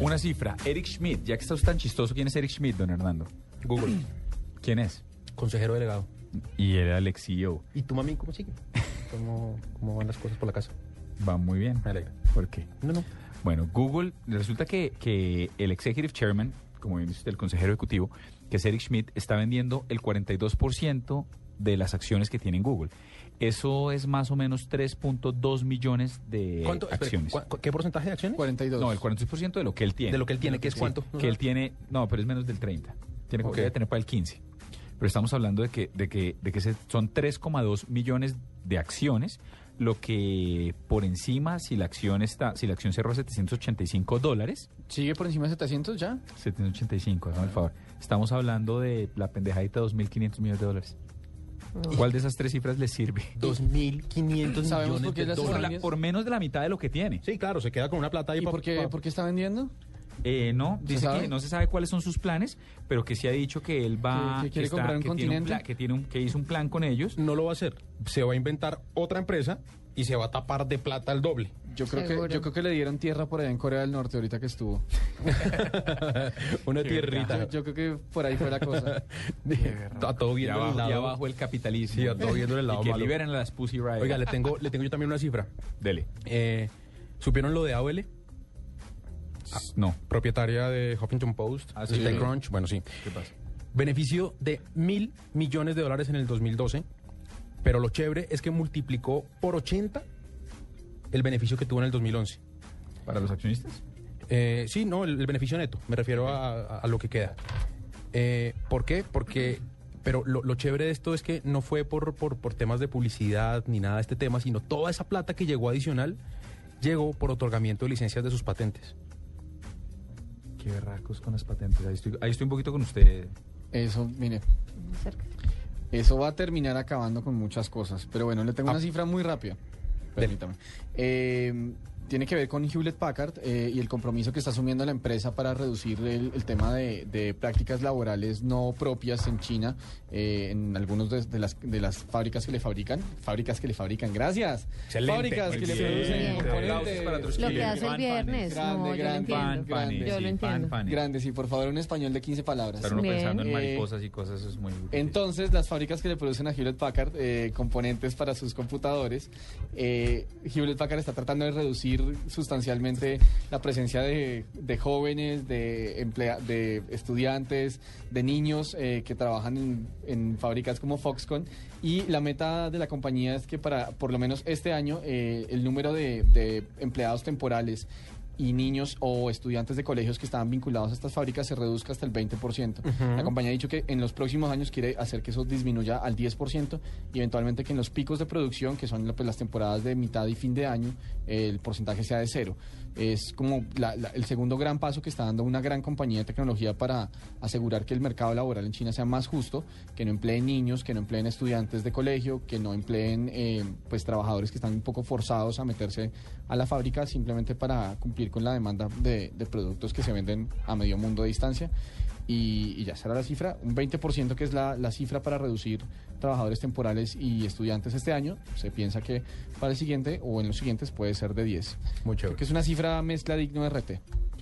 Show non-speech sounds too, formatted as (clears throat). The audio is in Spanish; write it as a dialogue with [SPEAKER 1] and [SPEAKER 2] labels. [SPEAKER 1] Una cifra. Eric Schmidt, ya que estás tan chistoso, ¿quién es Eric Schmidt, don Hernando?
[SPEAKER 2] Google,
[SPEAKER 1] (clears throat) ¿Quién es?
[SPEAKER 2] consejero delegado.
[SPEAKER 1] Y él era el ex E CEO.
[SPEAKER 2] ¿Y tu mami cómo sigue? ¿Cómo, cómo van las cosas por la casa?
[SPEAKER 1] Va muy bien.
[SPEAKER 2] Me alegra.
[SPEAKER 1] ¿Por qué?
[SPEAKER 2] No, no.
[SPEAKER 1] Bueno, Google, resulta que, que el executive chairman, como bien dice usted, el consejero ejecutivo, que es Eric Schmidt, está vendiendo el 42% de las acciones que tiene en Google. Eso es más o menos 3.2 millones de
[SPEAKER 2] ¿Cuánto? espere,
[SPEAKER 1] Eh, acciones.
[SPEAKER 2] ¿cu- cu- ¿Qué porcentaje de acciones?
[SPEAKER 3] 42.
[SPEAKER 1] No, el 42% de lo que él tiene.
[SPEAKER 2] De lo que él tiene, que es
[SPEAKER 1] Sí,
[SPEAKER 2] cuánto.
[SPEAKER 1] Que él tiene, no, pero es menos del 30. Tiene que
[SPEAKER 2] Ok.
[SPEAKER 1] debe tener para el 15. Pero estamos hablando de que, de que, de que se- son 3,2 millones de acciones, lo que por encima, si la acción está, si la acción cerró a 785 dólares,
[SPEAKER 3] ¿Sigue por encima de 700 ya?
[SPEAKER 1] 785, hazme el favor. Estamos hablando de la pendejadita de 2.500 millones de dólares. ¿Cuál de esas tres cifras le sirve?
[SPEAKER 2] 2.500
[SPEAKER 3] Sabemos por
[SPEAKER 2] millones
[SPEAKER 3] qué
[SPEAKER 2] de
[SPEAKER 3] las
[SPEAKER 1] Por,
[SPEAKER 2] dólares.
[SPEAKER 1] la- por menos de la mitad de lo que tiene.
[SPEAKER 2] Sí, claro, se queda con una plata ahí
[SPEAKER 3] ¿Y
[SPEAKER 2] pa-
[SPEAKER 3] por qué,
[SPEAKER 2] pa-
[SPEAKER 3] por qué está vendiendo?
[SPEAKER 1] Eh, no, dice
[SPEAKER 3] sabe?
[SPEAKER 1] que no se sabe cuáles son sus planes, pero que sí ha dicho que él va
[SPEAKER 3] Que- que quiere comprar
[SPEAKER 1] que
[SPEAKER 3] un
[SPEAKER 1] tiene
[SPEAKER 3] continente. Mm.
[SPEAKER 1] pla- que tiene un- que hizo un plan con ellos.
[SPEAKER 2] No lo va a hacer. Se va a inventar otra empresa y se va a tapar de plata al doble. (laughs)
[SPEAKER 3] Yo creo, que,
[SPEAKER 4] Seguro.
[SPEAKER 3] yo creo que le dieron tierra por allá en Corea del Norte ahorita que estuvo.
[SPEAKER 2] una
[SPEAKER 1] Qué
[SPEAKER 2] tierrita.
[SPEAKER 3] Yo, yo creo que por ahí fue la cosa.
[SPEAKER 2] (laughs) A todo
[SPEAKER 1] Y
[SPEAKER 2] bien
[SPEAKER 1] abajo, y abajo el capitalismo.
[SPEAKER 2] Sí, a todo viéndole el
[SPEAKER 1] (laughs)
[SPEAKER 2] lado
[SPEAKER 1] y que
[SPEAKER 2] malo.
[SPEAKER 1] liberen a las Pussy Riot.
[SPEAKER 2] Oiga, le tengo, le tengo yo también una cifra.
[SPEAKER 1] Dele.
[SPEAKER 2] Eh, ¿Supieron lo de AOL?
[SPEAKER 1] no.
[SPEAKER 2] Propietaria de Huffington Post,
[SPEAKER 1] Ah,
[SPEAKER 2] de
[SPEAKER 1] sí.
[SPEAKER 2] TechCrunch, bueno, sí.
[SPEAKER 1] ¿Qué pasa?
[SPEAKER 2] Beneficio de mil millones de dólares en el 2012, pero lo chévere es que multiplicó por 80 el beneficio que tuvo en el 2011.
[SPEAKER 1] ¿Para los accionistas?
[SPEAKER 2] Eh, sí, no, el, el beneficio neto, me refiero a, a- a lo que queda. Eh, ¿Por qué? Porque, pero lo, lo chévere de esto es que no fue por, por, por temas de publicidad ni nada de este tema, sino toda esa plata que llegó adicional llegó por otorgamiento de licencias de sus patentes.
[SPEAKER 1] Qué berracos con las patentes. Ahí estoy, ahí estoy un poquito con usted.
[SPEAKER 3] (laughs) Eso, mire,
[SPEAKER 4] Muy cerca.
[SPEAKER 3] eso va a terminar acabando con muchas cosas. Pero bueno, le tengo
[SPEAKER 2] Ah.
[SPEAKER 3] una cifra muy rápida. Permítame. Eh, tiene que ver con Hewlett Packard eh, y el compromiso que está asumiendo la empresa para reducir el, el tema de, de prácticas laborales no propias en China, eh, en algunos de, de las, de las fábricas que le fabrican. Fábricas que le fabrican, gracias.
[SPEAKER 2] Excelente,
[SPEAKER 3] Fábricas
[SPEAKER 2] muy
[SPEAKER 3] que
[SPEAKER 2] bien.
[SPEAKER 3] le producen
[SPEAKER 4] Excelente.
[SPEAKER 3] componentes.
[SPEAKER 1] Aplausos para tus
[SPEAKER 4] Lo que
[SPEAKER 1] Chile.
[SPEAKER 4] hace el
[SPEAKER 1] Pan,
[SPEAKER 4] viernes.
[SPEAKER 3] panes.
[SPEAKER 4] No, yo lo
[SPEAKER 3] Grande, grande,
[SPEAKER 4] entiendo.
[SPEAKER 3] grande.
[SPEAKER 4] Yo
[SPEAKER 3] Sí,
[SPEAKER 4] lo
[SPEAKER 3] pan,
[SPEAKER 4] entiendo.
[SPEAKER 1] panes.
[SPEAKER 3] Grandes, y por favor, un español de 15 palabras.
[SPEAKER 1] Estar uno
[SPEAKER 4] Bien.
[SPEAKER 1] pensando en
[SPEAKER 3] Eh,
[SPEAKER 1] mariposas y cosas, eso es muy...
[SPEAKER 3] Entonces, las fábricas que le producen a Hewlett Packard eh, componentes para sus computadores, eh, Hewlett Packard está tratando de reducir sustancialmente la presencia de, de jóvenes, de, emplea- de estudiantes, de niños eh, que trabajan en, en fábricas como Foxconn. Y la meta de la compañía es que para, por lo menos este año, eh, el número de- de empleados temporales y niños o estudiantes de colegios que estaban vinculados a estas fábricas se reduzca hasta el 20%. La compañía ha dicho que en los próximos años quiere hacer que eso disminuya al 10% y eventualmente que en los picos de producción, que son pues, las temporadas de mitad y fin de año, el porcentaje sea de cero. Es como la- la- el segundo gran paso que está dando una gran compañía de tecnología para asegurar que el mercado laboral en China sea más justo, que no empleen niños, que no empleen estudiantes de colegio, que no empleen eh, pues trabajadores que están un poco forzados a meterse a la fábrica simplemente para cumplir con la demanda de, de productos que se venden a medio mundo de distancia. Y, y ya será la cifra, un 20% que es la, la cifra para reducir trabajadores temporales y estudiantes este año. Se piensa que para el siguiente o en los siguientes puede ser de 10.
[SPEAKER 2] Muy
[SPEAKER 3] Creo
[SPEAKER 2] chévere.
[SPEAKER 3] que es una cifra mezcla digno de RT.